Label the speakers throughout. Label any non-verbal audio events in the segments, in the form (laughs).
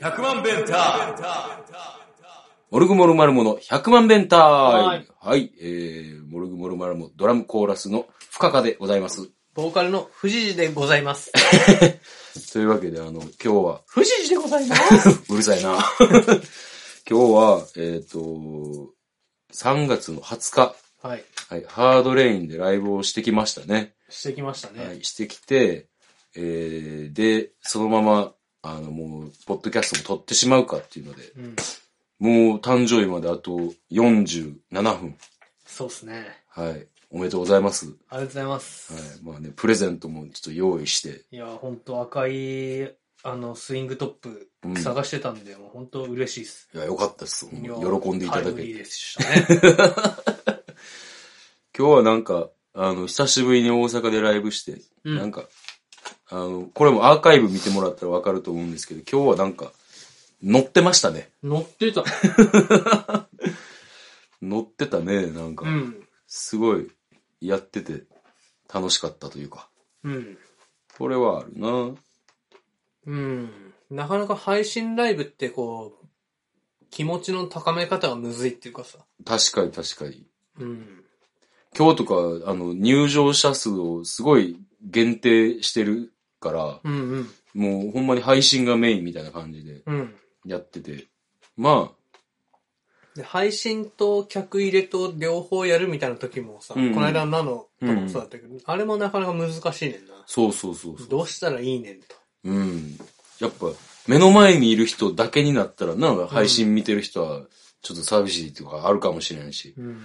Speaker 1: 100万ベンターモルグモルマルモの100万ベンターはい、えー、モルグモルマルモドラムコーラスの深川でございます。
Speaker 2: ボーカルの藤次でございます。
Speaker 1: というわけで、あの、今日は、
Speaker 2: 藤次でございます。
Speaker 1: うるさいな。 (laughs) 今日は、えっ、と、3月の20日、
Speaker 2: はい。
Speaker 1: はい、ハードレインでライブをしてきましたね。
Speaker 2: してきましたね。
Speaker 1: はい、してきて、えー、で、そのまま、あの、もう、ポッドキャストも撮ってしまうかっていうので、
Speaker 2: うん。
Speaker 1: もう誕生日まであと47分。
Speaker 2: そうっすね。
Speaker 1: はい。おめでとうございます。は
Speaker 2: ありがとうございます。
Speaker 1: い。まあね、プレゼントもちょっと用意して。
Speaker 2: い、や、ほんと赤い、あの、スイングトップ
Speaker 1: うん
Speaker 2: 探してたんで、もうほんと嬉しいっす。
Speaker 1: いや、よかったです。ほん
Speaker 2: いや
Speaker 1: ま喜んでいただ
Speaker 2: タイムリー
Speaker 1: け。
Speaker 2: で
Speaker 1: (laughs)
Speaker 2: したね。
Speaker 1: 今日はなんか、あの、久しぶりに大阪でライブして、
Speaker 2: うん
Speaker 1: なんか、あの、これもアーカイブ見てもらったらわかると思うんですけど、今日はなんか、乗ってましたね。
Speaker 2: 乗ってた。
Speaker 1: 乗ってたね、なんか
Speaker 2: う。ん。
Speaker 1: すごい、やってて、楽しかったというか。
Speaker 2: うん。
Speaker 1: これはあるな
Speaker 2: うん。なかなか配信ライブってこう、気持ちの高め方がむずいっていうかさ。
Speaker 1: 確かに確かに。
Speaker 2: うん。
Speaker 1: 今日とか、あの、入場者数をすごい限定してるから、
Speaker 2: うんうん。
Speaker 1: もうほんまに配信がメインみたいな感じで
Speaker 2: うん。
Speaker 1: やってて。ま
Speaker 2: で配信と客入れと両方やるみたいな時もさ、
Speaker 1: うんうん
Speaker 2: この間なのとかもそうだったけど、あれもなかなか難しいねんな
Speaker 1: あ、。そうそうそうそう。
Speaker 2: どうしたらいいねんと。
Speaker 1: うん。やっぱ、目の前にいる人だけになったら、なんか配信見てる人は、ちょっと寂しいとかあるかもしれないし。
Speaker 2: うん。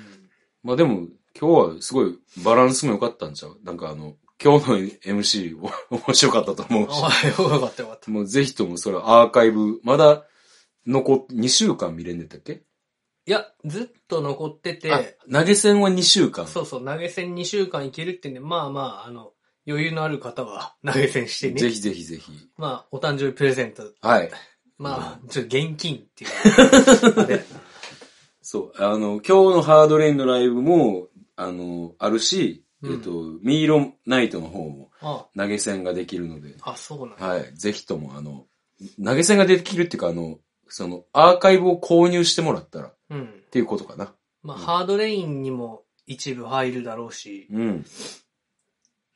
Speaker 1: まあでも、今日はすごいバランスも良かったんちゃうなんかあの、今日の MC お (laughs) 面白かったと思うし。
Speaker 2: ああ、よかったよかった。
Speaker 1: もうぜひともそれアーカイブ、まだ残、2週間見れんでたっけ
Speaker 2: いや、ずっと残って
Speaker 1: あ
Speaker 2: て、
Speaker 1: 投げ銭は2週間。
Speaker 2: そうそう、投げ銭2週間いけるってんで、まあまあ、あの、余裕のある方は (laughs) 投げ銭して
Speaker 1: ぜ
Speaker 2: ね。
Speaker 1: ひぜひぜひ。
Speaker 2: まあ、お誕生日プレゼント。
Speaker 1: はい。
Speaker 2: まあ、ちょっと現金っていう。あ
Speaker 1: (laughs)
Speaker 2: れ
Speaker 1: そう。あの、今日のハードレインのライブも、あの、あるし、
Speaker 2: うん
Speaker 1: えっと、ミーロナイトの方も
Speaker 2: あ
Speaker 1: 投げ銭ができるので、
Speaker 2: あ、そうなんだ。
Speaker 1: はい。ぜひとも、あの、投げ銭ができるっていうか、あの、その、アーカイブを購入してもらったらっ
Speaker 2: うん。
Speaker 1: ていうことかな。
Speaker 2: まあ、ハードレインにも一部入るだろうし、
Speaker 1: うん。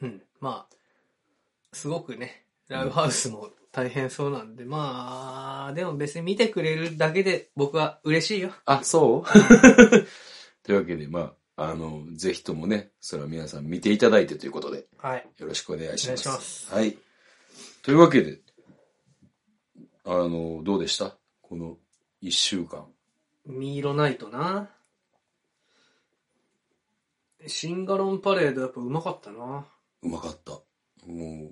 Speaker 2: うん。まあ、すごくね、ライブハウスも大変そうなんで、まあ、でも別に見てくれるだけで僕は嬉しいよ。
Speaker 1: あ、そう (laughs) というわけで、まあ、あの、ぜひともね、それは皆さん見ていただいてということで、
Speaker 2: はい。
Speaker 1: よろしくお願いします。
Speaker 2: お願いします
Speaker 1: はい。というわけで、あの、どうでしたこの一週間。
Speaker 2: ミーロナイトな。シンガロンパレードやっぱうまかったな。
Speaker 1: うまかった。もう、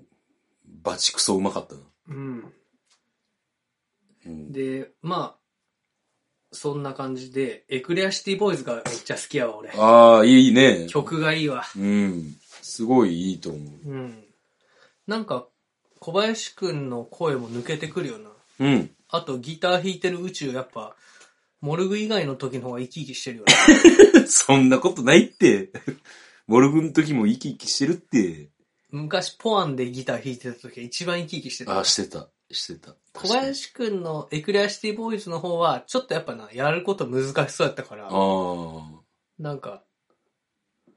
Speaker 1: バチクソうまかったな。
Speaker 2: うん。
Speaker 1: うん、
Speaker 2: で、まあ、そんな感じで、エクレアシティボーイズがめっちゃ好きやわ、俺。
Speaker 1: ああ、いいね。
Speaker 2: 曲がいいわ。
Speaker 1: うん。すごいいいと思う。
Speaker 2: うん。なんか、小林くんの声も抜けてくるよな。
Speaker 1: うん。
Speaker 2: あとギター弾いてる宇宙やっぱ、モルグ以外の時の方が生き生きしてる
Speaker 1: (laughs)
Speaker 2: よね。
Speaker 1: (laughs) そんなことないって。モルグの時も生き生きしてるって。
Speaker 2: 昔ポアンでギター弾いてた時は一番生き生きして
Speaker 1: ああ、
Speaker 2: た。
Speaker 1: してた。してた。
Speaker 2: 小林くんのエクレアシティボーイズの方は、ちょっとやっぱな、やること難しそうやったから
Speaker 1: あ、あ。
Speaker 2: なんか、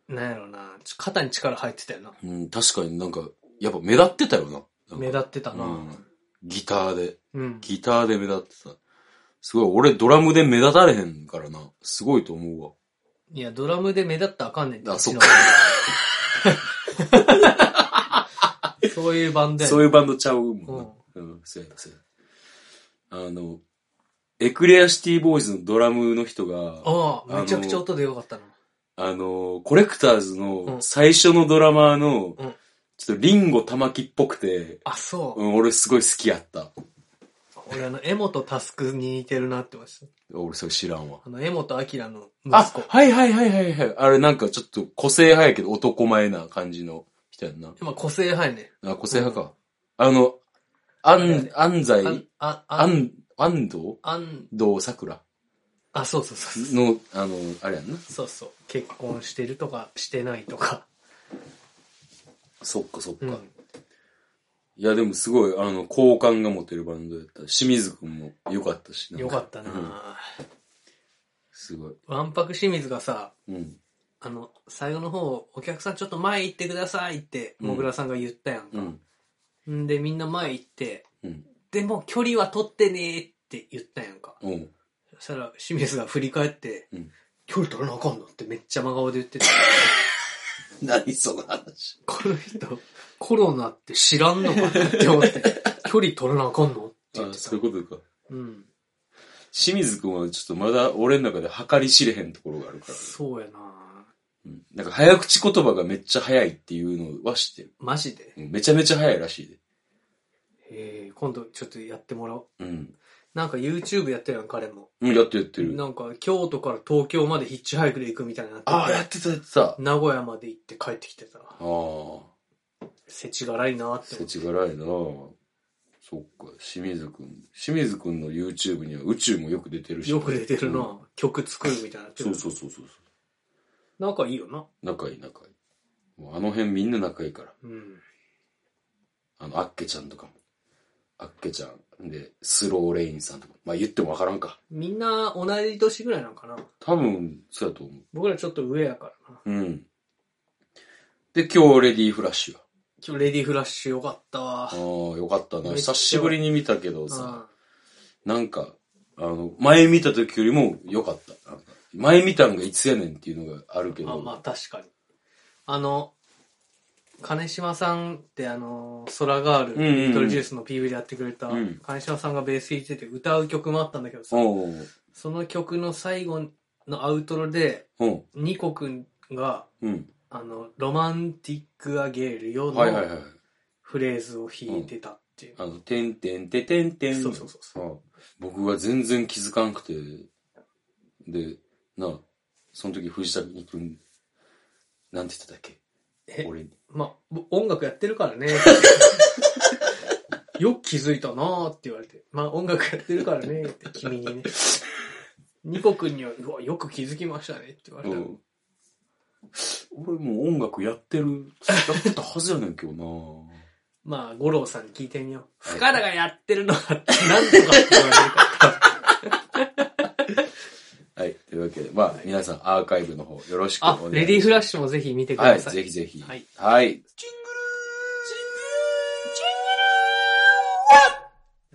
Speaker 2: なんやろな、ちょ肩に力入ってたよな。
Speaker 1: うん、確かになんか、やっぱ目立ってたよな。なんか
Speaker 2: 目立ってたな。
Speaker 1: うんギターで。
Speaker 2: うん。
Speaker 1: ギターで目立ってた。すごい、俺ドラムで目立たれへんからな。すごいと思うわ。
Speaker 2: いや、ドラムで目立ったらあかんねんて
Speaker 1: あそっか
Speaker 2: うち
Speaker 1: (laughs)
Speaker 2: のそういうバンドやね
Speaker 1: そういうバンドちゃうもんな。うん、そうやった、そうやった。あの、エクレアシティボーイズのドラムの人が、
Speaker 2: ああ、めちゃくちゃ音でよかったな。
Speaker 1: あの、コレクターズ
Speaker 2: う
Speaker 1: の
Speaker 2: ん
Speaker 1: 最初のドラマーの、
Speaker 2: うん
Speaker 1: ちょっとリンゴ玉木っぽくて、
Speaker 2: あ、そう。
Speaker 1: うん、俺すごい好きやった。
Speaker 2: 俺あの、エモとタスクに似てるなって思いました。
Speaker 1: 俺それ知らんわ。
Speaker 2: あの、エモとアキラの
Speaker 1: あ
Speaker 2: 息子、。
Speaker 1: はいはいはいはいはい。あれなんかちょっと個性派やけど男前な感じの人やんな。
Speaker 2: 今、個性派やね。
Speaker 1: あ、個性派か。あの、安、安
Speaker 2: あん
Speaker 1: 西、、
Speaker 2: あ、あん、
Speaker 1: 安、安藤
Speaker 2: あん、
Speaker 1: 堂桜
Speaker 2: あ、そうそうそうそう。
Speaker 1: の、あの、あれやんな。
Speaker 2: そうそう。結婚してるとか、してないとか。
Speaker 1: そっかそっか。
Speaker 2: うん。
Speaker 1: いや、でもすごい、あの、好感が持てるバンドやった。清水くんも良かったしな。
Speaker 2: よかったな、
Speaker 1: うんすごい。
Speaker 2: わんぱく清水がさ、
Speaker 1: うん。
Speaker 2: あの、最後の方、お客さんちょっと前行ってくださいって、
Speaker 1: うん
Speaker 2: もぐらさんが言ったやん
Speaker 1: う
Speaker 2: か。
Speaker 1: ん。
Speaker 2: ん、で、みんな前行って、
Speaker 1: うん。
Speaker 2: でも距離は取ってねーって言ったやんか。
Speaker 1: うん。
Speaker 2: そしたら、清水が振り返って、
Speaker 1: うん
Speaker 2: 距離取らなあかんのってめっちゃ真顔で言ってた。
Speaker 1: 何その話。
Speaker 2: この人、コロナって知らんのかなって思
Speaker 1: (laughs)
Speaker 2: って、距離取らなあかんのって言っ
Speaker 1: あ、
Speaker 2: て
Speaker 1: そ
Speaker 2: た
Speaker 1: う。いうことか。
Speaker 2: うん。
Speaker 1: 清水くんはちょっとまだ俺の中で計り知れへんところがあるから。
Speaker 2: そうやな
Speaker 1: うん。なんか早口言葉がめっちゃ早いっていうのは知ってる。
Speaker 2: マジで。
Speaker 1: うんめちゃめちゃ早いらしいで。
Speaker 2: えー、今度ちょっとやってもらおう。
Speaker 1: うん。
Speaker 2: なんか YouTube やってるやん、彼も。
Speaker 1: うん、やってるやってる。
Speaker 2: なんか京都から東京までヒッチハイクで行くみたいになってて
Speaker 1: ああ、やってたやってた。あ
Speaker 2: 名古屋まで行って帰ってきてた。
Speaker 1: あ。
Speaker 2: 世知辛いなーって
Speaker 1: 世
Speaker 2: 思って。
Speaker 1: 知辛いなそっか、清水くん。清水くんの YouTube には宇宙もよく出てるし。
Speaker 2: よく出てるな、
Speaker 1: うん
Speaker 2: 曲作るみたいな。
Speaker 1: そうそうそうそう。
Speaker 2: なんかいいよな。
Speaker 1: 仲いい仲いい。もうあの辺みんな仲いいから。
Speaker 2: うん。
Speaker 1: あの、あっけちゃんとかも。あっけちゃん。で、スローレインさんとか。まあ言ってもわからんか。
Speaker 2: みんな同じ年ぐらいなんかな。
Speaker 1: 多分、そうやと思う。
Speaker 2: 僕らちょっと上やからな。
Speaker 1: うん。で、今日レディーフラッシュが。
Speaker 2: 今日レディフラッシュよかったわ
Speaker 1: あ。あ、よかった
Speaker 2: めっ
Speaker 1: な。
Speaker 2: ちゃ
Speaker 1: 久しぶりに見たけど
Speaker 2: うん
Speaker 1: さ、なんか、あの、前見た時よりも良かった。なんか前見たんがいつやねんっていうのがあるけど。
Speaker 2: あまあ確かにあの金島さんってあの「空ガール」
Speaker 1: うんうんうん
Speaker 2: ビートルジュースの PV でやってくれた、
Speaker 1: うん
Speaker 2: 金島さんがベース弾いてて歌う曲もあったんだけどさ、
Speaker 1: おう
Speaker 2: その曲の最後のアウトロで
Speaker 1: おう
Speaker 2: ニコくんが
Speaker 1: うん。
Speaker 2: 「あのロマンティックあげるよ」
Speaker 1: はいはい
Speaker 2: の
Speaker 1: はい。
Speaker 2: フレーズを弾いてたっていう、
Speaker 1: あの、てんてんててんてん。
Speaker 2: そうそうそうそう
Speaker 1: ああ僕は全然気づかんくて、で、なあ、その時藤谷君、なんて言ってたっけ
Speaker 2: え
Speaker 1: 俺に。
Speaker 2: まあぼ音楽やってるからねよく気づいたなーって言われて。まあ音楽やってるからねーって君にね。ニコ君には、うわ、よく気づきましたねって言われ
Speaker 1: う
Speaker 2: た。
Speaker 1: ん俺もう音楽やってる、やってたはずやねんけどな
Speaker 2: まあ、五郎さんに聞いてみよう。深田がやってるのはなんとかって言われるから。
Speaker 1: はい。というわけで、まあ、皆さんアーカイブの方よろしくお願い
Speaker 2: あ
Speaker 1: し、ます。
Speaker 2: レディーフラッシュもぜひ見てく
Speaker 1: は
Speaker 2: だ
Speaker 1: い、
Speaker 2: さい。
Speaker 1: ぜひぜひ。
Speaker 2: はい。
Speaker 1: はい。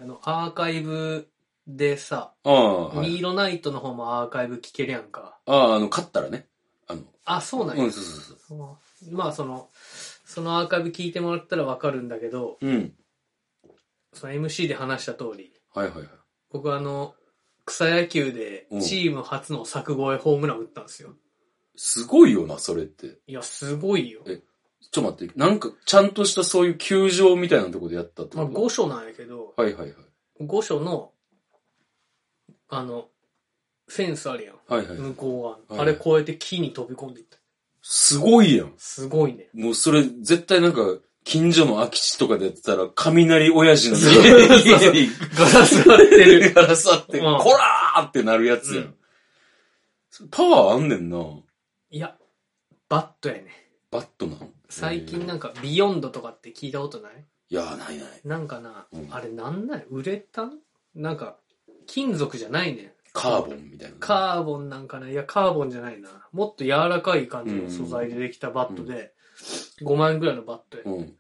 Speaker 2: あの、アーカイブでさ、
Speaker 1: ああ、はい
Speaker 2: ミーロナイトの方もアーカイブ聞けるやんか。
Speaker 1: ああ、あの、勝ったらね。あの、
Speaker 2: あ、そうなん
Speaker 1: う
Speaker 2: や。
Speaker 1: ん、そうそうそう。
Speaker 2: まあ、その、そのアーカイブ聞いてもらったらわかるんだけど、
Speaker 1: うん。
Speaker 2: その MC で話した通り、
Speaker 1: はいはいはい。
Speaker 2: 僕はあの、草野球で
Speaker 1: うん
Speaker 2: チーム初の柵越えホームラン打ったんですよ。
Speaker 1: すごいよな、それって。
Speaker 2: いや、すごいよ
Speaker 1: え。ちょっと待って、なんか、ちゃんとしたそういう球場みたいなとこでやったって
Speaker 2: ま
Speaker 1: こ
Speaker 2: あ、
Speaker 1: と
Speaker 2: 5所なんやけど、
Speaker 1: はいはいはい。
Speaker 2: 5所の、あの、フェンスあるやん。
Speaker 1: はいはいはい。
Speaker 2: 向こう
Speaker 1: は
Speaker 2: 側
Speaker 1: い
Speaker 2: あれ越えて木に飛び込んでいった。
Speaker 1: すごいやん。
Speaker 2: すごいね。
Speaker 1: (laughs) もうそれ、絶対なんか、近所の空き地とかでやってたら、雷親父の
Speaker 2: そうそう
Speaker 1: 家に
Speaker 2: ガラス割れてる。
Speaker 1: ガラスあって、
Speaker 2: うん
Speaker 1: こらーってなるやつ
Speaker 2: (laughs)
Speaker 1: や。
Speaker 2: うん
Speaker 1: それパワーあんねんな。
Speaker 2: いや、バットやね。
Speaker 1: バットなの
Speaker 2: 最近
Speaker 1: な
Speaker 2: なんか、ビヨンドとかって聞いたことない
Speaker 1: いやー、ないない。
Speaker 2: なんかな
Speaker 1: うん、
Speaker 2: あれなんなんウレタンなんか、金属じゃないねん。
Speaker 1: カーボンみたいな。
Speaker 2: カーボンなんかないや、カーボンじゃないな。もっと柔らかい感じの素材でできたバットで、5万円ぐらいのバットや。
Speaker 1: うん。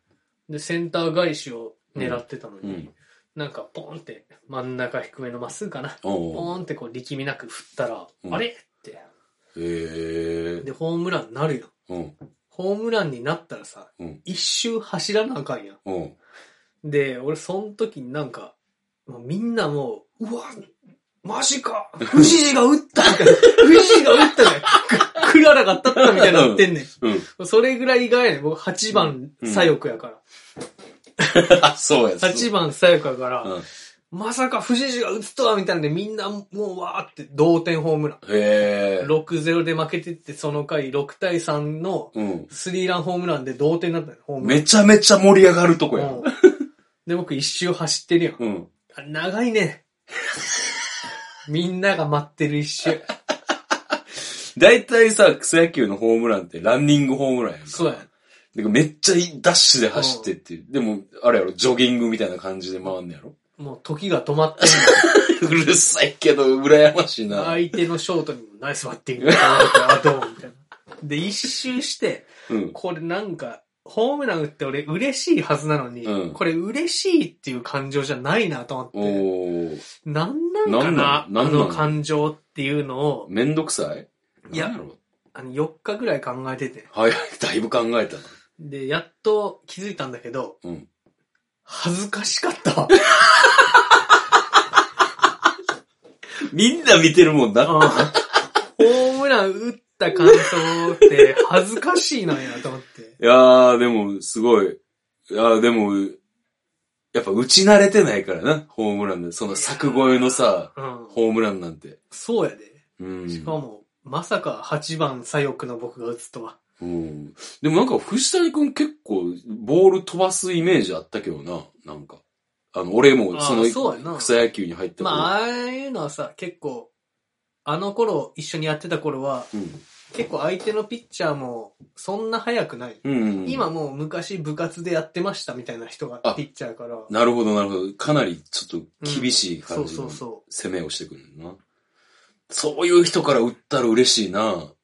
Speaker 2: で、センター返しを狙ってたのに、
Speaker 1: うん。
Speaker 2: なんかポンって真ん中低めのまっすぐかな。
Speaker 1: お
Speaker 2: ポ
Speaker 1: う
Speaker 2: ンってこう力みなく振ったら、
Speaker 1: うん
Speaker 2: あれって。
Speaker 1: へえ。
Speaker 2: で、ホームランになるやん。
Speaker 1: うん。
Speaker 2: ホームランになったらさ、
Speaker 1: うん
Speaker 2: 一周走らなあかんやん。
Speaker 1: うん。
Speaker 2: で、俺その時になんか、もうみんなもう、うわ、マジか藤井が打ったみたい
Speaker 1: (laughs)
Speaker 2: な。藤井が打ったね。ククララが当たったみたいになってんね (laughs)
Speaker 1: うん。
Speaker 2: ん。それぐらいがやねん。僕8番左翼やから。
Speaker 1: あ、そうや、そう
Speaker 2: 8番左翼やから、
Speaker 1: うん
Speaker 2: まさか藤井が打つとはみたいなんでみんなもうわーって同点ホームラン。
Speaker 1: へえ。
Speaker 2: 6-0で負けてってその回6対3の
Speaker 1: うん。
Speaker 2: スリーランホームランで同点になったのホームラン。
Speaker 1: めちゃめちゃ盛り上がるとこや。
Speaker 2: うんで、僕一周走ってるやん。
Speaker 1: うん。
Speaker 2: あ長いね。みんなが待ってる一周。
Speaker 1: だいたいさ、草野球のホームランってランニングホームランやんか。
Speaker 2: そうやん。
Speaker 1: なんかめっちゃいいダッシュで走ってって、でも、あれやろ、ジョギングみたいな感じで回んねやろ。
Speaker 2: もう時が止まって
Speaker 1: う
Speaker 2: (laughs)
Speaker 1: るさいけど、羨ましい
Speaker 2: る
Speaker 1: な。
Speaker 2: 相手のショートにもナイスバッティングあどうみたいな。で、一周して、
Speaker 1: うん。
Speaker 2: これなんか、ホームラン打って俺嬉しいはずなのに、
Speaker 1: うん
Speaker 2: これ嬉しいっていう感情じゃないなと思
Speaker 1: お
Speaker 2: って、
Speaker 1: ー。
Speaker 2: なんなんかな
Speaker 1: なんなんなんなん
Speaker 2: あの感情っていうのを、
Speaker 1: めんどくさい
Speaker 2: いや
Speaker 1: なんろ。
Speaker 2: あの4日ぐらい考えてて、
Speaker 1: はい、だいぶ考えたな。
Speaker 2: で、やっと気づいたんだけど、
Speaker 1: うん。
Speaker 2: 恥ずかしかったわ。
Speaker 1: みんな見てるもんな。
Speaker 2: うんホームラン打った感想って恥ずかしいなんやと思って。
Speaker 1: いやー、でも、すごい。いやー、でも、やっぱ打ち慣れてないからな、ホームランで。その柵越えのさ、
Speaker 2: うん。
Speaker 1: ホームランなんて。
Speaker 2: そうやで。
Speaker 1: うん。
Speaker 2: しかも、まさか8番左翼の僕が打つとは。
Speaker 1: うん。でもなんか、藤谷くん結構、ボール飛ばすイメージあったけどな、なんか。あの、俺も、
Speaker 2: あー
Speaker 1: その、
Speaker 2: そうやな
Speaker 1: 草野球に入った
Speaker 2: ま
Speaker 1: 頃
Speaker 2: あ、ああいうのはさ、結構、あの頃、一緒にやってた頃は、
Speaker 1: うん。
Speaker 2: 結構相手のピッチャーも、そんな速くない。
Speaker 1: うん。
Speaker 2: 今もう昔部活でやってましたみたいな人が
Speaker 1: あ
Speaker 2: ピッチャーから。
Speaker 1: なるほど、なるほど。かなり、ちょっと、厳しい
Speaker 2: そ
Speaker 1: 感
Speaker 2: う
Speaker 1: じ
Speaker 2: そ
Speaker 1: の
Speaker 2: うそ
Speaker 1: 攻めをしてくるんだな。そういう人から打ったら嬉しいな。
Speaker 2: う。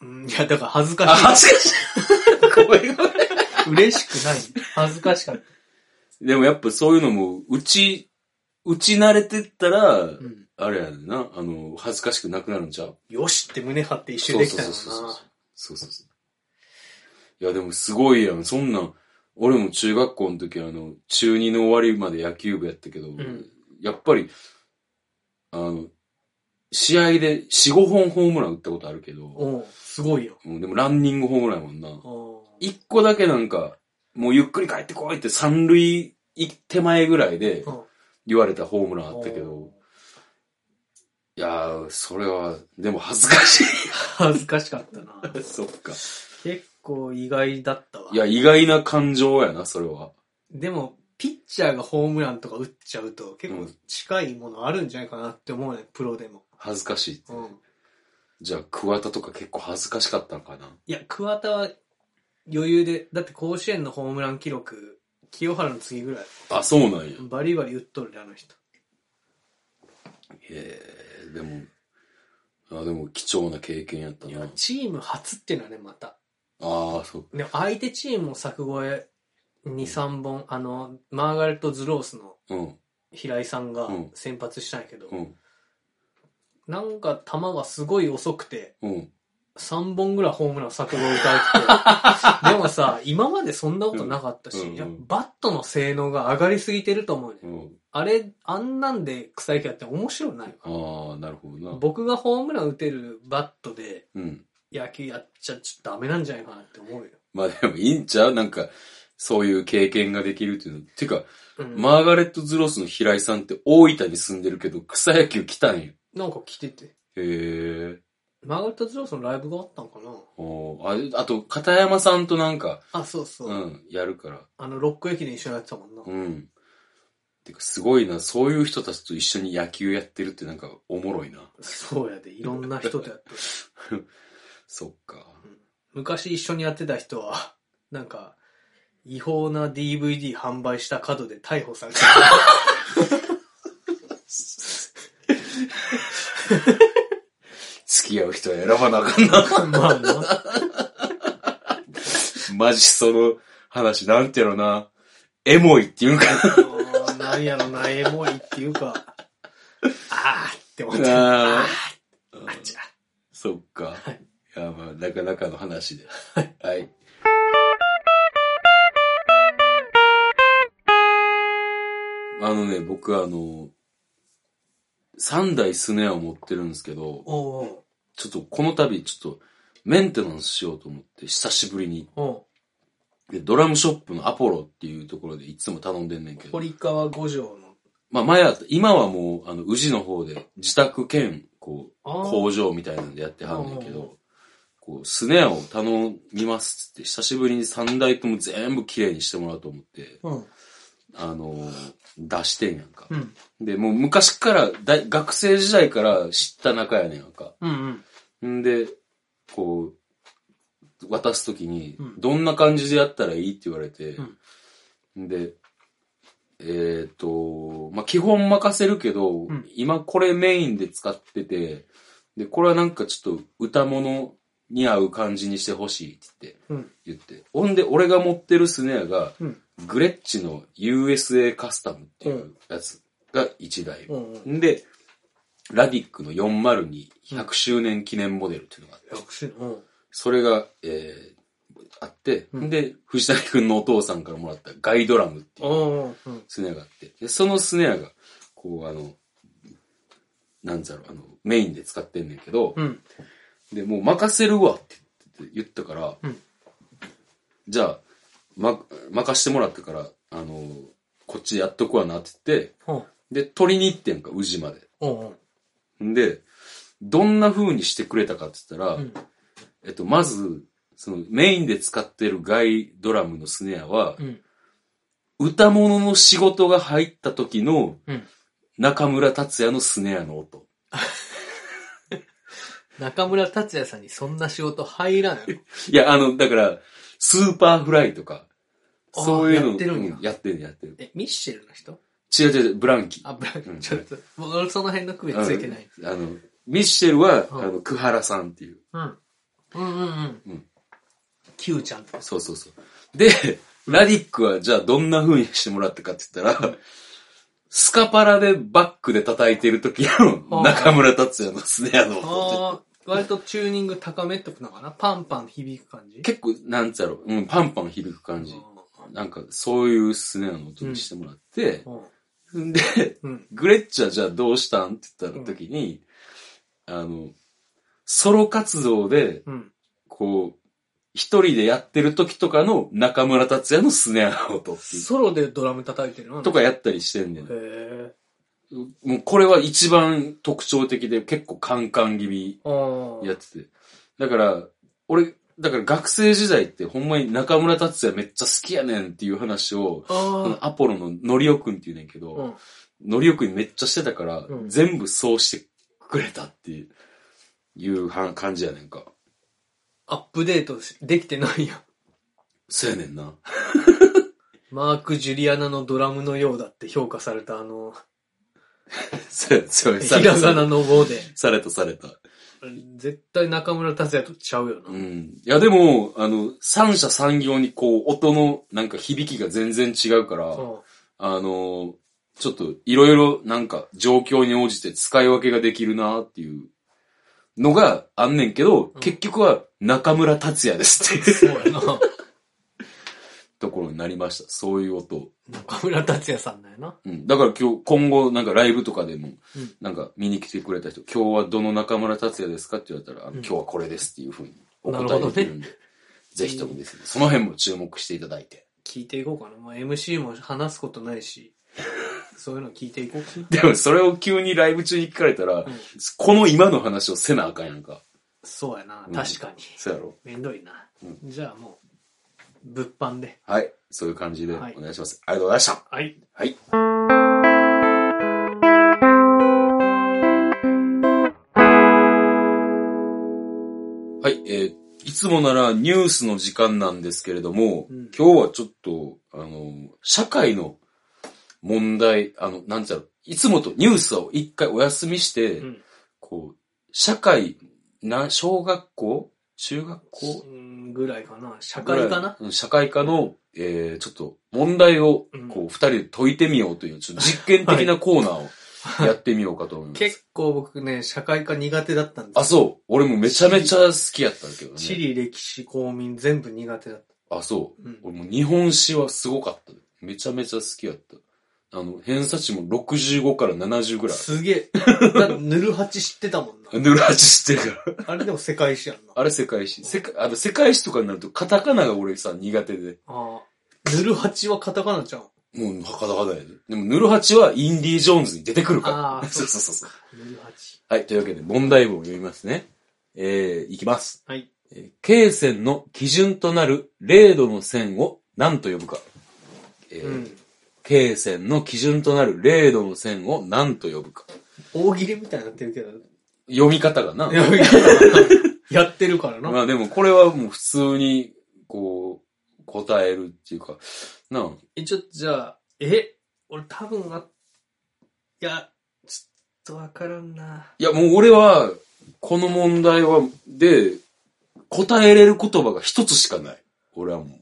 Speaker 2: うん、いや、だから恥ずか
Speaker 1: あ、
Speaker 2: し
Speaker 1: 恥ずかしい。ごめんごめん。
Speaker 2: い。嬉しくない。恥ずかしかった。
Speaker 1: でもやっぱそういうのも、打ち、打ち慣れてったら、
Speaker 2: うん。
Speaker 1: あれやねんな、あの、恥ずかしくなくなるんちゃう
Speaker 2: よしって胸張って一周できたのか
Speaker 1: そう
Speaker 2: な。
Speaker 1: そうそうそうそうそうそう。いやでもすごいやん。そんなん、俺も中学校の時あの、中2の終わりまで野球部やったけど、
Speaker 2: ん
Speaker 1: やっぱり、あの、試合で4、5本ホームラン打ったことあるけど、
Speaker 2: おうすごいよ。
Speaker 1: うんでもランニングホームランやもんな。
Speaker 2: おう
Speaker 1: 一個だけなんか、もうゆっくり帰ってこいって三塁手前ぐらいで
Speaker 2: うん
Speaker 1: 言われたホームランあったけど、いやー、それは、でも恥ずかし
Speaker 2: (laughs) 恥ずかしかったな。
Speaker 1: い。そっか。
Speaker 2: 結構意外だったわ
Speaker 1: い。や、意外な感情やな、それは。
Speaker 2: でも、ピッチャーがホームランとか打っちゃうと、結
Speaker 1: う
Speaker 2: 構
Speaker 1: ん
Speaker 2: 近いものあるんじゃないかなって思うね、プロでも。
Speaker 1: 恥ずかしいって。
Speaker 2: うん。
Speaker 1: じゃあ、桑田とか結構恥ずかしかったのかな。
Speaker 2: いや、桑田は余裕で、だって甲子園のホームラン記録、清原の次ぐらい、
Speaker 1: あ、そうなんや。
Speaker 2: バリバリ打っとるで、あの人。
Speaker 1: へえ、でも、あ、でも貴重な経験やった
Speaker 2: い
Speaker 1: な
Speaker 2: や。、チーム初っていうのはね、また。
Speaker 1: ああ、そう。
Speaker 2: でも相手チームも柵越え2、3本、あの、マーガレット・ズロースの
Speaker 1: うん、
Speaker 2: 平井さんが
Speaker 1: うん
Speaker 2: 先発したんやけど、
Speaker 1: うん、
Speaker 2: なんか球がすごい遅くて、
Speaker 1: うん。
Speaker 2: 3本ぐらいホームラン柵越え打た
Speaker 1: (laughs)
Speaker 2: れてて、でもさ、今までそんなことなかったし、
Speaker 1: うんうん
Speaker 2: やっぱバットの性能が上がりすぎてると思うね。
Speaker 1: うん、
Speaker 2: あれ、あんなんで草野球やって面白ないわ
Speaker 1: ああ、なるほどな。
Speaker 2: 僕がホームラン打てるバットで
Speaker 1: うん。
Speaker 2: 野球やっちゃちょっとダメなんじゃないかなって思うよ。
Speaker 1: まあでもいいんちゃうなんか、そういう経験ができるっていうの。てか、
Speaker 2: うん、
Speaker 1: マーガレット・ズロスの平井さんって大分に住んでるけど、草野球来たんや。へ
Speaker 2: なんか来てて。
Speaker 1: え。
Speaker 2: マーガレット・ズロースのライブがあったんかな
Speaker 1: おーああと、片山さんとなんか、
Speaker 2: あ、そうそう。
Speaker 1: うん、やるから。
Speaker 2: あの、ロック駅で一緒にやってたもんな。
Speaker 1: うん。てか、すごいな。そういう人たちと一緒に野球やってるってなんか、おもろいな。
Speaker 2: そうやで、いろんな人とやってる。 (laughs)
Speaker 1: そっか。
Speaker 2: 昔一緒にやってた人は、なんか、違法な DVD 販売した角で逮捕された。
Speaker 1: 付き合う人は選ばなあかんな。
Speaker 2: ま
Speaker 1: (laughs)
Speaker 2: あな。
Speaker 1: マジその話、なんていうのな。エモいっていうか。
Speaker 2: なんやろな、エモいっていうか、あーって思った。あ
Speaker 1: あー
Speaker 2: ーあちゃ。
Speaker 1: そっか。いや、まあ、なかなかの話で。はい。あのね、僕あの、三台スネアを持ってるんですけど、
Speaker 2: おう
Speaker 1: ちょっとこの度、ちょっとメンテナンスしようと思って、久しぶりに。
Speaker 2: おうお
Speaker 1: で、ドラムショップのアポロっていうところでいつも頼んでんねんけ
Speaker 2: う
Speaker 1: ど。
Speaker 2: 堀川五条の。
Speaker 1: まあ前は、今はもう、あの、宇治の方で自宅兼、こう、
Speaker 2: あー
Speaker 1: 工場みたいなんでやってはんねんけ
Speaker 2: うん
Speaker 1: ど、こう、スネアを頼みますっつって、久しぶりに3台とも全部綺麗にしてもらおうと思って、
Speaker 2: うん。
Speaker 1: あのー出してんやんか。
Speaker 2: うん。
Speaker 1: で、もう昔から、だい学生時代から知った仲やねんやんか。
Speaker 2: うんうん。
Speaker 1: んで、こう、渡すときに
Speaker 2: う、ん
Speaker 1: どんな感じでやったらいいって言われて、で、えっ、と、まあ、基本任せるけど、
Speaker 2: ん
Speaker 1: 今これメインで使ってて、で、これはなんかちょっと歌物に合う感じにしてほしいって
Speaker 2: うん。
Speaker 1: 言って、言ってほんで、俺が持ってるスネアが、
Speaker 2: うん
Speaker 1: グレッチの USA カスタムっていうやつが1台。
Speaker 2: うん。うん。
Speaker 1: んで、ラディックの402、100周年記念モデルっていうのがあって、
Speaker 2: 百姓の。うん。
Speaker 1: それが、えー、あって、
Speaker 2: うん
Speaker 1: で、藤崎くんのお父さんからもらったガイドラムっていう
Speaker 2: うんうん。
Speaker 1: スネアがあって、でそのスネアが、こう、あの、なんだろう、あの、メインで使ってんねんけど、
Speaker 2: うん。
Speaker 1: で、もう任せるわって言ったから、
Speaker 2: うん
Speaker 1: じゃあ、ま、任してもらったから、あの、こっちやっとくわなって言って、
Speaker 2: うん。
Speaker 1: で、取りに行ってんか、宇治まで。
Speaker 2: うん。うん。
Speaker 1: んで、どんな風にしてくれたかって言ったら、
Speaker 2: うん
Speaker 1: えっと、まず、そのメインで使ってるガイドラムのスネアは
Speaker 2: う、ん。
Speaker 1: 歌物の仕事が入った時の
Speaker 2: うん。
Speaker 1: 中村達也のスネアの音。
Speaker 2: 中村達也さんにそんな仕事入らんよ。
Speaker 1: いや、あの、だから、スーパーフライとか、
Speaker 2: あー
Speaker 1: そういうの
Speaker 2: やってるんや
Speaker 1: うやってるやってる。
Speaker 2: え、ミッシェルの人
Speaker 1: 違う違う違う、ブランキ。
Speaker 2: あ、ブラッ
Speaker 1: う
Speaker 2: ク、
Speaker 1: ん
Speaker 2: ちょっと、僕はその辺の区別ついてない。
Speaker 1: あの、ミッシェルは、
Speaker 2: うん
Speaker 1: あの、久原さんっていう。
Speaker 2: うん。うんうん
Speaker 1: う
Speaker 2: うんん。キューちゃんとか。
Speaker 1: そうそうそう。で、ラディックは、じゃあどんな風にしてもらったかって言ったら、スカパラでバックで叩いてる時の
Speaker 2: あ
Speaker 1: 中村達也のスネアの音。
Speaker 2: ああ、割とチューニング高めっとくのかなパンパン響く感じ
Speaker 1: 結構、なんつうやろ、うん、パンパン響く感じ。なんか、そういうスネアの音にしてもらって、
Speaker 2: うん
Speaker 1: で、
Speaker 2: うん。
Speaker 1: グレッチはじゃあどうしたんって言った時に、あの、ソロ活動で、
Speaker 2: うん。
Speaker 1: こう、一人でやってる時とかの中村達也のスネアの音っていう
Speaker 2: ソロでドラム叩いてるの
Speaker 1: と。かやったりしてんね
Speaker 2: へ
Speaker 1: ん。
Speaker 2: え。
Speaker 1: もうこれは一番特徴的で結構カンカン気味
Speaker 2: ああ。
Speaker 1: やってて。だから、俺、だから学生時代ってほんまに中村達也めっちゃ好きやねんっていう話を、そ
Speaker 2: あ
Speaker 1: のアポロののりおくんっていうねんけ
Speaker 2: あ。う
Speaker 1: ど、
Speaker 2: ん。
Speaker 1: のりおくんめっちゃしてたから、
Speaker 2: うん
Speaker 1: 全部そうしてくれたっていういうは感じやねんか。
Speaker 2: アップデートしできてないやん。
Speaker 1: そうやねんな。 (laughs)
Speaker 2: マーク・ジュリアナのドラムのようだって評価されたあの、
Speaker 1: そうや、そうや、さ
Speaker 2: ひ
Speaker 1: れ
Speaker 2: ら
Speaker 1: た、
Speaker 2: がなの5で。
Speaker 1: された、された。
Speaker 2: 絶対中村達也とちゃうよな。
Speaker 1: うん。いや、でも、あの、三者三様にこう、音のなんか響きが全然違うから、
Speaker 2: そ
Speaker 1: あのーちょっといろいろなんか状況に応じて使い分けができるなっていうのがあんねんけど、
Speaker 2: うん
Speaker 1: 結局は中村達也です
Speaker 2: う。
Speaker 1: って
Speaker 2: (laughs)
Speaker 1: いう
Speaker 2: そうやな。
Speaker 1: ところになりました。そういう音。
Speaker 2: 中村達也さんだよな。
Speaker 1: うん。だから今日、今後なんかライブとかでも
Speaker 2: うん、
Speaker 1: なんか見に来てくれた人、今日はどの中村達也ですかって言われたら、あ
Speaker 2: う
Speaker 1: の
Speaker 2: ん
Speaker 1: 今日はこれですっていうふうにお
Speaker 2: なる
Speaker 1: 答
Speaker 2: ほ
Speaker 1: え
Speaker 2: ど
Speaker 1: で
Speaker 2: ね
Speaker 1: きるんで、 (laughs) ぜひともですね、その辺も注目していただいて。
Speaker 2: 聞いていこうかな。もう MC も話すことないし、そういうの聞いていこうかな。
Speaker 1: でもそれを急にライブ中に聞かれたら、
Speaker 2: ん
Speaker 1: この今の話をせなあかんやんか。
Speaker 2: そうやな
Speaker 1: う。ん
Speaker 2: 確かに。
Speaker 1: そうやろ
Speaker 2: めんどいな
Speaker 1: うん。
Speaker 2: じゃあもう、物販で。
Speaker 1: はい。そういう感じでお
Speaker 2: はい
Speaker 1: 願いします。ありがとうございました。
Speaker 2: はい。
Speaker 1: はい。はい。えーいつもならニュースの時間なんですけれども、
Speaker 2: うん
Speaker 1: 今日はちょっと、あの、社会の問題、あの、なんちゃう、いつもとニュースを一回お休みして、
Speaker 2: うん
Speaker 1: こう、社会、な、小学校中学校
Speaker 2: うん、ぐらいかな。社会かな
Speaker 1: うん社会科の、えー、ちょっと問題を
Speaker 2: うん、
Speaker 1: こう、二人で解いてみようという、ちょっと実験的なコーナーをやってみようかと思います。 (laughs)
Speaker 2: 結構僕ね、社会科苦手だったんです
Speaker 1: あ、そう。俺もめちゃめちゃ好きやったけど
Speaker 2: 地
Speaker 1: ね。
Speaker 2: 理、歴史、公民全部苦手だった。
Speaker 1: あ、そうう。
Speaker 2: ん。
Speaker 1: 俺も日本史はすごかった。めちゃめちゃ好きやった。あの、偏差値も65から70ぐらい。
Speaker 2: すげえ。 (laughs) だってぬるはち知ってたもんな。
Speaker 1: ヌルハチ知ってるから。 (laughs)
Speaker 2: あれでも世界史やんな。あ
Speaker 1: あれ世界史。世界、あの、世界史とかになるとカタカナが俺さ、苦手で。
Speaker 2: あ。ぬるはちはカタカナちゃん。
Speaker 1: もう、はかだかだよね。でも、ヌルハチはインディ・ージョーンズに出てくるか
Speaker 2: あ
Speaker 1: (laughs) ら。
Speaker 2: ー
Speaker 1: そ
Speaker 2: そうう
Speaker 1: そ
Speaker 2: そうう
Speaker 1: そうそう。
Speaker 2: ぬるはち。
Speaker 1: はい、というわけで問題文を読みますね。えー、いきます。
Speaker 2: はい。
Speaker 1: えー経線の基準となる0度の線を何と呼ぶか。えー
Speaker 2: うん。
Speaker 1: 経線の基準となる0度の線を何と呼ぶか。
Speaker 2: 大喜利みたいになってるけど。
Speaker 1: 読み方がな。
Speaker 2: いやいややってるから
Speaker 1: ま
Speaker 2: な。
Speaker 1: あでもこれはもう普通に、こう、答えるっていうか、なあ、
Speaker 2: え、ちょっとじゃあ、え、俺多分あ、いや、ちょっとわからんな。
Speaker 1: いや、もう俺は、この問題は、で、答えれる言葉が一つしかない。俺はも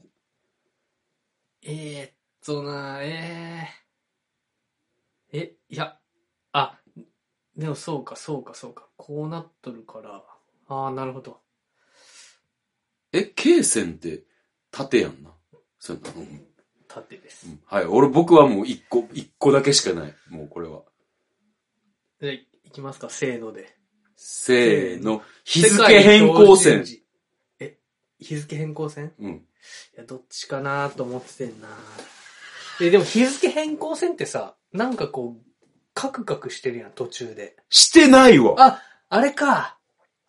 Speaker 2: えー、っとな、えー、え、いや、あ、でもそうか、そうか、そうか。こうなっとるから。ああ、なるほど。
Speaker 1: う。え、K 線って、縦やんな。そうやなうん
Speaker 2: 縦です。
Speaker 1: うんはい。俺、僕はもう一個、一個だけしかない。もうこれは。
Speaker 2: で、いきますか、せーので。
Speaker 1: せーの。日付変更
Speaker 2: 世界同
Speaker 1: 線
Speaker 2: 時。時。え、日付変更線
Speaker 1: うん。
Speaker 2: いや、どっちかなと思ってんなえ、でも日付変更線ってさ、なんかこう、カクカクしてるやん、途中で。
Speaker 1: してないわ。
Speaker 2: あ、あれか。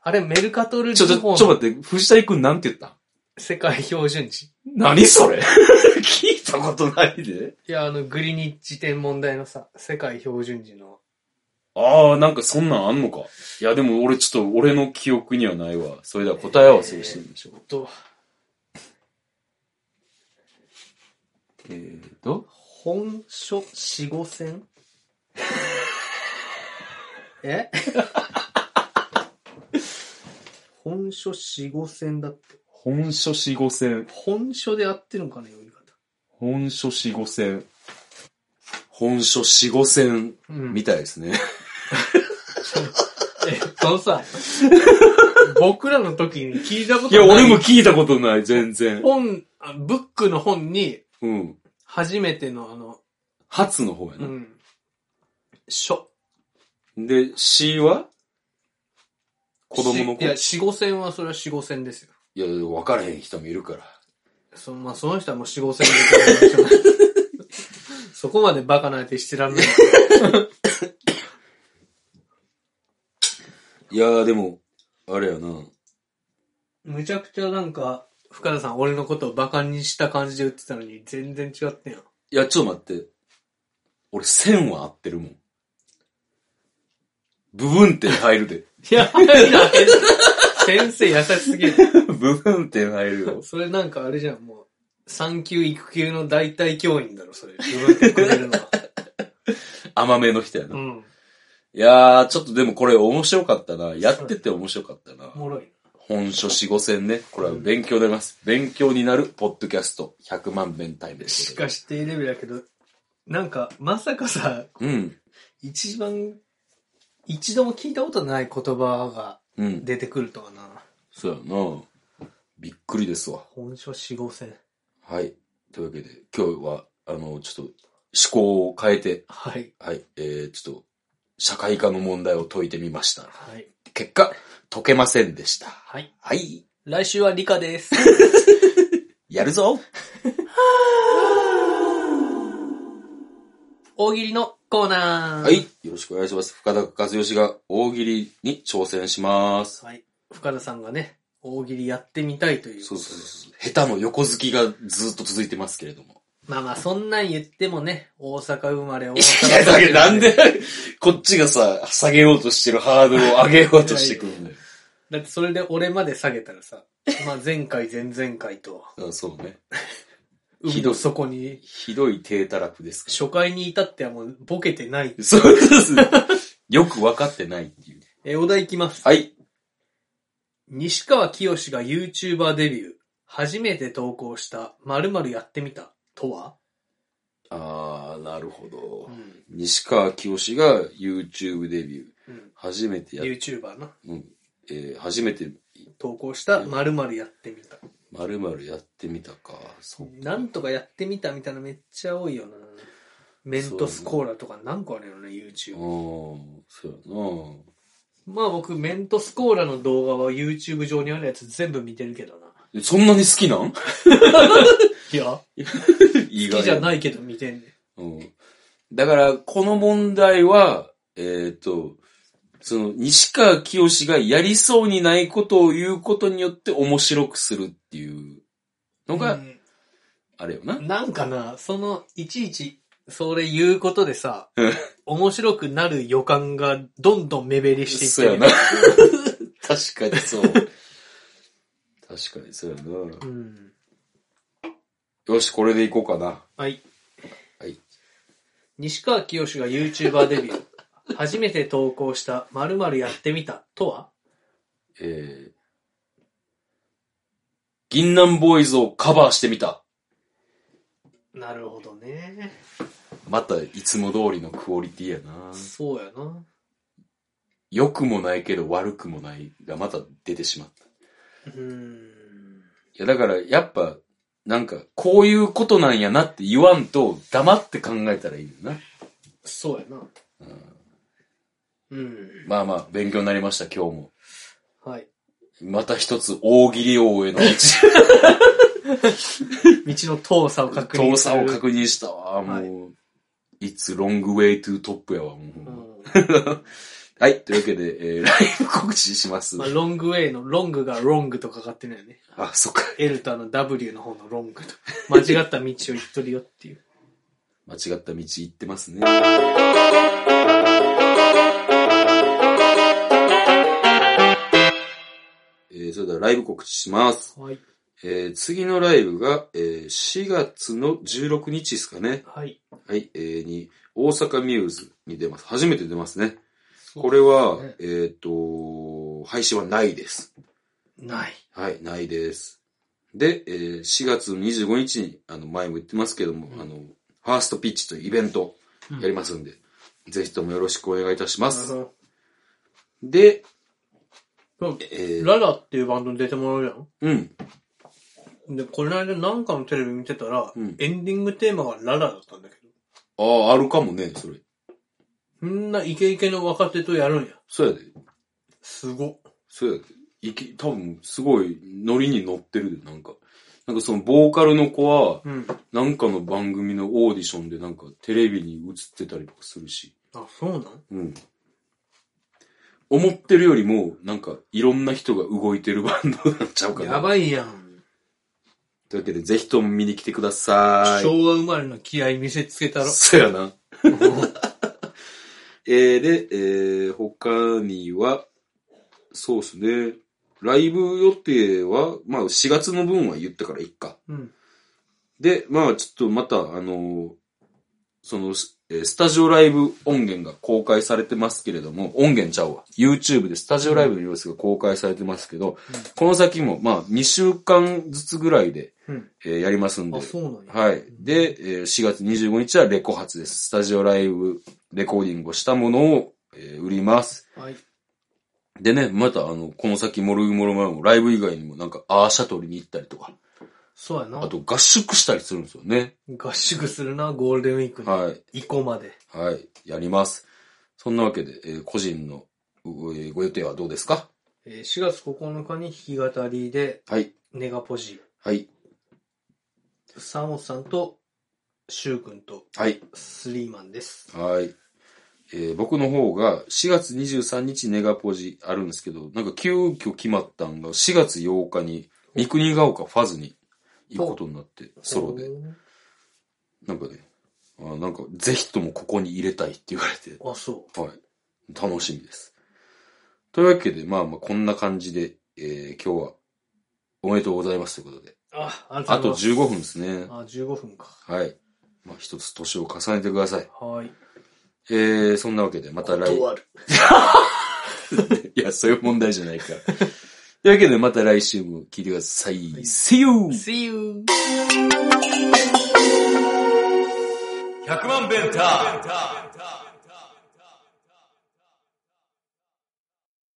Speaker 2: あれ、メルカトル
Speaker 1: ちょ、ち
Speaker 2: 地
Speaker 1: ょ、ち
Speaker 2: 方
Speaker 1: ょっ
Speaker 2: の
Speaker 1: と待って。藤谷くんなんて言った
Speaker 2: 世界標準値。
Speaker 1: 何それ (laughs) 聞いたことないで。
Speaker 2: いや、あの、グリニッジ天文台のさ、世界標準時の。
Speaker 1: ああ、なんかそんなんあんのか。いや、でも俺ちょっと俺の記憶にはないわ。それでは答え合わせをしてみましょう。
Speaker 2: と、
Speaker 1: えーと。
Speaker 2: 本書四五線え (laughs) 本書四五線だって。
Speaker 1: 本書四五線。
Speaker 2: 本書で合ってるのかな、読み方。
Speaker 1: 本書四五線。本書四五線
Speaker 2: うん
Speaker 1: みたいですね。
Speaker 2: (laughs) え、その (laughs) さ、僕らの時に聞いたこ
Speaker 1: い
Speaker 2: と
Speaker 1: や、 (laughs)
Speaker 2: ない。
Speaker 1: 俺も聞いたことない、全然。
Speaker 2: 本、あブックの本に、
Speaker 1: うん。
Speaker 2: 初めてのあの、
Speaker 1: 初の方や
Speaker 2: う
Speaker 1: な。
Speaker 2: ん、書。
Speaker 1: で、詩は子供の
Speaker 2: しい
Speaker 1: 子。
Speaker 2: や、四五線はそれは四五線ですよ。
Speaker 1: いや、分からへん人もいるから。
Speaker 2: そまあ、その人はもう四五線で考えましょう。そこまでバカな相手してら (laughs) んない。
Speaker 1: いやー、でも、あれやな。
Speaker 2: むちゃくちゃなんか、深田さん俺のことをバカにした感じで言ってたのに全然違ってんやん。
Speaker 1: いや、ちょっと待って。俺、線は合ってるもん。部分点入るで。
Speaker 2: いや、いや (laughs) 先生優しすぎる。
Speaker 1: (laughs) 部分点入るよ。
Speaker 2: それなんかあれじゃん、もう、産休育休の代替教員だろ、 (laughs) それ。言われてくれるのは。
Speaker 1: 甘めの人やな。
Speaker 2: う
Speaker 1: い
Speaker 2: ん。
Speaker 1: やー、ちょっとでもこれ面白かったな。やってて面白かったな
Speaker 2: お。もろい
Speaker 1: 本書四五線ね。これは勉強になります。勉強になる、ポッドキャスト、100万弁タイムで
Speaker 2: な。
Speaker 1: す
Speaker 2: し。かし低レベルだけど、なんか、まさかさ、
Speaker 1: うん。
Speaker 2: 一番、一度も聞いたことない言葉が
Speaker 1: うん。
Speaker 2: 出てくるとはな。
Speaker 1: そうやな。びっくりですわ。
Speaker 2: 本書四五線。
Speaker 1: はい。というわけで、今日は、あの、ちょっと、思考を変えて、
Speaker 2: はい。
Speaker 1: はい。えー、ちょっと、社会科の問題を解いてみました。
Speaker 2: はい。
Speaker 1: 結果、解けませんでした。
Speaker 2: はい。
Speaker 1: はい。
Speaker 2: 来週は理科 (laughs) です。
Speaker 1: やるぞ
Speaker 2: 大喜利のコーナー。
Speaker 1: はい。。よろしくお願いします。深田和義が大喜利に挑戦します。
Speaker 2: はい。深田さんがね、大喜利やってみたいという。
Speaker 1: そうそうそう。下手の横好きがずっと続いてますけれども。
Speaker 2: まあまあ、そんなん言ってもね、大阪生まれ、大阪
Speaker 1: いや、だけど (laughs) なんで、こっちがさ、下げようとしてるハードルを上げようとしてくるんだよ。
Speaker 2: だってそれで俺まで下げたらさ、まあ前回前々回と、
Speaker 1: うんそうね。ひど
Speaker 2: 海の
Speaker 1: い
Speaker 2: 底に、
Speaker 1: ひどい低たらくですか
Speaker 2: 初回に至ってはもうボケてない。
Speaker 1: ら。そうですね。 (laughs) よくわかってないっていう。
Speaker 2: え、お題いきます。
Speaker 1: はい。
Speaker 2: 西川きよしが YouTuber デビュー。初めて投稿した、〇〇やってみた、とは
Speaker 1: あー、なるほど。
Speaker 2: ん。
Speaker 1: 西川きよしが YouTube デビュー。
Speaker 2: うん。
Speaker 1: 初めてやっ、
Speaker 2: YouTuber な。
Speaker 1: うんえー初めて
Speaker 2: 投稿した、〇〇やってみた。
Speaker 1: まるまるやってみたか。そっか
Speaker 2: なんとかやってみたみたいなめっちゃ多いよな。メントスコーラとか何個あるよね、
Speaker 1: う
Speaker 2: YouTube。
Speaker 1: ーん、そう
Speaker 2: まあ僕、メントスコーラの動画は YouTube 上にあるやつ全部見てるけどな。
Speaker 1: やな。えそんなに好きなん
Speaker 2: いや、好
Speaker 1: 意。
Speaker 2: きじゃないいけど見てんねん。
Speaker 1: うん。だから、この問題は、えっ、と、その、西川きよしがやりそうにないことを言うことによって面白くするっていうのが、
Speaker 2: う
Speaker 1: あれよな。
Speaker 2: んなんかな、その、いちいち、それ言うことでさ
Speaker 1: うん、
Speaker 2: 面白くなる予感がどんどん目減りしてい
Speaker 1: そう
Speaker 2: っ
Speaker 1: や
Speaker 2: て
Speaker 1: な (laughs)
Speaker 2: る。。
Speaker 1: 確かにそう。確かに、そうやな。
Speaker 2: うん。
Speaker 1: よし、これでいこうかな。
Speaker 2: はい。
Speaker 1: はい。
Speaker 2: 西川きよしが YouTuber デビュー。初めて投稿した〇〇やってみたとは
Speaker 1: えー、銀杏ボーイズをカバーしてみた。
Speaker 2: なるほどね。
Speaker 1: また、いつも通りのクオリティやな。
Speaker 2: そうやな。
Speaker 1: 良くもないけど悪くもないがまた出てしまった。いう
Speaker 2: ーん。
Speaker 1: や、だから、やっぱ、なんか、こういうことなんやなって言わんと、黙って考えたらいいのよな。
Speaker 2: そうやな。うん。
Speaker 1: まあまあ、勉強になりました、今日も。
Speaker 2: はい。
Speaker 1: また一つ、大喜利王への一
Speaker 2: 道の遠さを確認
Speaker 1: 遠
Speaker 2: す
Speaker 1: さを
Speaker 2: る。
Speaker 1: 確認したわ。も、
Speaker 2: はいう
Speaker 1: いつロングウェイトゥトップやわ、もうほんま。
Speaker 2: うん
Speaker 1: はい、というわけで、えー、ライブ告知します
Speaker 2: まあ、。ロングウェイのロングがロングとかかってないよね。
Speaker 1: あ、そっか。
Speaker 2: L とあの W の方のロングと。間違った道を言っとるよっていう。
Speaker 1: 間違った道行ってますね。えー、それではライブ告知します。
Speaker 2: はい。
Speaker 1: えー、次のライブが、えー、4月の16日ですかね。
Speaker 2: はい。
Speaker 1: はい、えー、に、大阪ミューズに出ます。初めて出ますね。これは、
Speaker 2: そうです
Speaker 1: えっ、と、配信はないです。
Speaker 2: ねない。
Speaker 1: はい、ないです。で、えー4月25日に、あの、前も言ってますけども、
Speaker 2: うん
Speaker 1: あの、ファーストピッチというイベントやりますんで、ぜひともよろしくお願いいたします。
Speaker 2: なる
Speaker 1: で、
Speaker 2: ほど
Speaker 1: えー
Speaker 2: ララっていうバンドに出てもらう
Speaker 1: うん、
Speaker 2: やん。で、この間なんかのテレビ見てたら、
Speaker 1: うん
Speaker 2: エンディングテーマがララだったんだけど。
Speaker 1: ああ、あるかもね、それ。
Speaker 2: みんなイケイケの若手とやるんや。
Speaker 1: そうやで、
Speaker 2: すごっ。
Speaker 1: そうやで。いき、多分、すごい、ノリに乗ってるで、なんか。なんかその、ボーカルの子は、
Speaker 2: うん。
Speaker 1: なんかの番組のオーディションで、なんか、テレビに映ってたりとかするし。
Speaker 2: あ、そうなん
Speaker 1: うん。思ってるよりも、なんか、いろんな人が動いてるバンドになっちゃうかな。
Speaker 2: やばいやん。
Speaker 1: というわけで、ぜひとも見に来てください。
Speaker 2: 昭和生まれの気合見せつけたろ。
Speaker 1: そうや
Speaker 2: (laughs)
Speaker 1: な。えー、で、えー、他には、そうですね。ライブ予定は、まあ4月の分は言ったからいっか。
Speaker 2: うん。
Speaker 1: で、まあちょっとまた、あのーその、スえースタジオライブ音源が公開されてますけれども、音源ちゃうわ。YouTube でスタジオライブの様子が公開されてますけ
Speaker 2: う
Speaker 1: ど、
Speaker 2: ん
Speaker 1: この先も、まあ2週間ずつぐらいで、
Speaker 2: うん。
Speaker 1: えーやりますんで
Speaker 2: あ、、そうなんや。
Speaker 1: はい。で、えー4月25日はレコ発です。スタジオライブレコーディングをしたものを、えー売ります。
Speaker 2: はい。
Speaker 1: でね、またあの、この先もろもろもライブ以外にもなんかアーシャ取りに行ったりとか、
Speaker 2: そうやな。
Speaker 1: あと合宿したりするんですよね。
Speaker 2: 合宿するな、ゴールデンウィークに。
Speaker 1: はい。
Speaker 2: 以降まで。
Speaker 1: はい。やります。そんなわけで、えー個人のうえーご予定はどうですか
Speaker 2: えー4月9日に弾き語りで、
Speaker 1: はい。
Speaker 2: ネガポジ、
Speaker 1: はい。
Speaker 2: サモさんと、シュウ君と、
Speaker 1: はい。
Speaker 2: スリーマンです。
Speaker 1: はい。えー僕の方が4月23日ネガポジあるんですけど、なんか急遽決まったんが4月8日に三国ヶ丘ファズに行くことになって、ソロで。なんかね、あなんかぜひともここに入れたいって言われて、
Speaker 2: おー。あ、そ
Speaker 1: はい。楽しみです。というわけで、まあまあこんな感じで、えー今日はおめでとうございますということで。
Speaker 2: う。あ、ありが
Speaker 1: あ
Speaker 2: とう
Speaker 1: と
Speaker 2: ござい
Speaker 1: 15分ですね。
Speaker 2: ます。あ、15分か。
Speaker 1: はい。まあ一つ年を重ねてください。
Speaker 2: はい。
Speaker 1: えー、そんなわけでまた来、
Speaker 2: 断る。
Speaker 1: いや、そういう問題じゃないから。 (laughs) というわけで、また来週も聞いてください。
Speaker 2: はい
Speaker 1: See you!
Speaker 2: See you!
Speaker 3: 100万ベンター